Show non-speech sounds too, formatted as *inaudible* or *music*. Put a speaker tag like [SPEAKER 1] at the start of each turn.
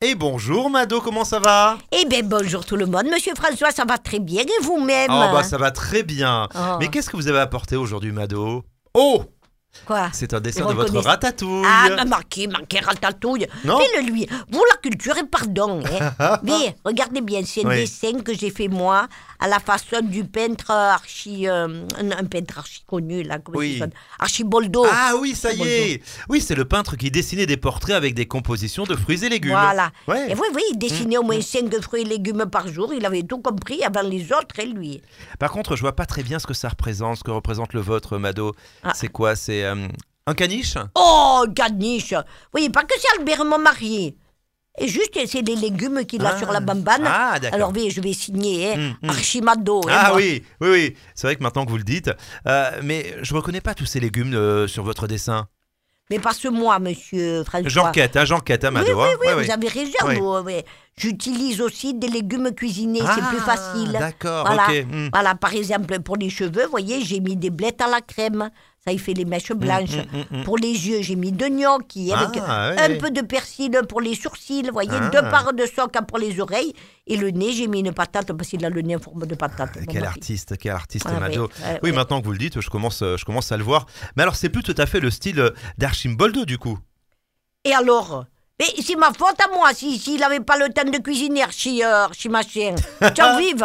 [SPEAKER 1] Et bonjour Mado, comment ça va
[SPEAKER 2] Eh bien, bonjour tout le monde. Monsieur François, ça va très bien et vous-même
[SPEAKER 1] Oh bah ça va très bien.
[SPEAKER 2] Oh.
[SPEAKER 1] Mais qu'est-ce que vous avez apporté aujourd'hui Mado Oh
[SPEAKER 2] Quoi
[SPEAKER 1] C'est un dessin
[SPEAKER 2] Il
[SPEAKER 1] de votre
[SPEAKER 2] reconnaît-
[SPEAKER 1] ratatouille.
[SPEAKER 2] Ah, bah, m'a marqué, marqué, ratatouille.
[SPEAKER 1] Non.
[SPEAKER 2] Fais-le-lui. Vous la culture, et pardon.
[SPEAKER 1] *laughs*
[SPEAKER 2] hein. Mais regardez bien, c'est un
[SPEAKER 1] Oui.
[SPEAKER 2] dessin que j'ai fait moi, à la façon du peintre archi... euh, un, un peintre archi connu, là, comment
[SPEAKER 1] Oui.
[SPEAKER 2] il s'appelle Archiboldo.
[SPEAKER 1] Ah oui, ça y est. Oui, c'est le peintre qui dessinait des portraits avec des compositions de fruits et légumes.
[SPEAKER 2] Voilà.
[SPEAKER 1] Ouais.
[SPEAKER 2] Et oui, oui, il dessinait au
[SPEAKER 1] Mmh.
[SPEAKER 2] moins 5 fruits et légumes par jour. Il avait tout compris avant les autres et lui.
[SPEAKER 1] Par contre, je vois pas très bien ce que ça représente, ce que représente le vôtre Mado.
[SPEAKER 2] Ah.
[SPEAKER 1] C'est quoi C'est euh, un caniche
[SPEAKER 2] Oh, caniche Vous voyez pas que c'est Albert, mon mari Et juste, c'est les légumes qu'il a
[SPEAKER 1] Ah.
[SPEAKER 2] sur la bambane.
[SPEAKER 1] Ah, d'accord.
[SPEAKER 2] Alors, oui, je vais signer hein,
[SPEAKER 1] Mm, mm.
[SPEAKER 2] Archimado. hein,
[SPEAKER 1] Ah
[SPEAKER 2] moi.
[SPEAKER 1] oui, oui, oui. C'est vrai que maintenant que vous le dites, euh, mais je reconnais pas tous ces légumes euh, sur votre dessin.
[SPEAKER 2] Mais parce moi, monsieur François.
[SPEAKER 1] J'enquête, hein, j'enquête, hein,
[SPEAKER 2] Oui,
[SPEAKER 1] Mado.
[SPEAKER 2] oui,
[SPEAKER 1] hein.
[SPEAKER 2] oui,
[SPEAKER 1] Ouais,
[SPEAKER 2] vous
[SPEAKER 1] ouais.
[SPEAKER 2] avez raison.
[SPEAKER 1] Oui.
[SPEAKER 2] vous, oui. J'utilise aussi des légumes cuisinés, c'est plus
[SPEAKER 1] Ah,
[SPEAKER 2] facile.
[SPEAKER 1] D'accord,
[SPEAKER 2] Voilà.
[SPEAKER 1] ok. hmm.
[SPEAKER 2] Voilà, par exemple, pour les cheveux, vous voyez, j'ai mis des blettes à la crème. Ça, il fait les mèches blanches.
[SPEAKER 1] mm, mm, mm.
[SPEAKER 2] Pour les yeux, j'ai mis deux gnocchis avec
[SPEAKER 1] Ah, oui,
[SPEAKER 2] un
[SPEAKER 1] oui.
[SPEAKER 2] peu de persil pour les sourcils, vous voyez,
[SPEAKER 1] Ah.
[SPEAKER 2] deux parts de soca pour les oreilles. Et le nez, j'ai mis une patate parce qu'il a le nez en forme de patate. mon
[SPEAKER 1] Eh, Ah, Quel
[SPEAKER 2] mari.
[SPEAKER 1] artiste, quel artiste,
[SPEAKER 2] Ah,
[SPEAKER 1] Mado.
[SPEAKER 2] ouais, ouais,
[SPEAKER 1] oui,
[SPEAKER 2] ouais.
[SPEAKER 1] maintenant que vous le dites, je commence, euh, je commence à le voir. Mais alors, c'est plus tout à fait le style euh, d'Archimboldo, du coup.
[SPEAKER 2] Et alors mais c'est
[SPEAKER 1] *laughs*
[SPEAKER 2] ma faute à moi s'il si, s'il n'avait pas le temps de cuisiner, archi, euh, archi machin. J'en vive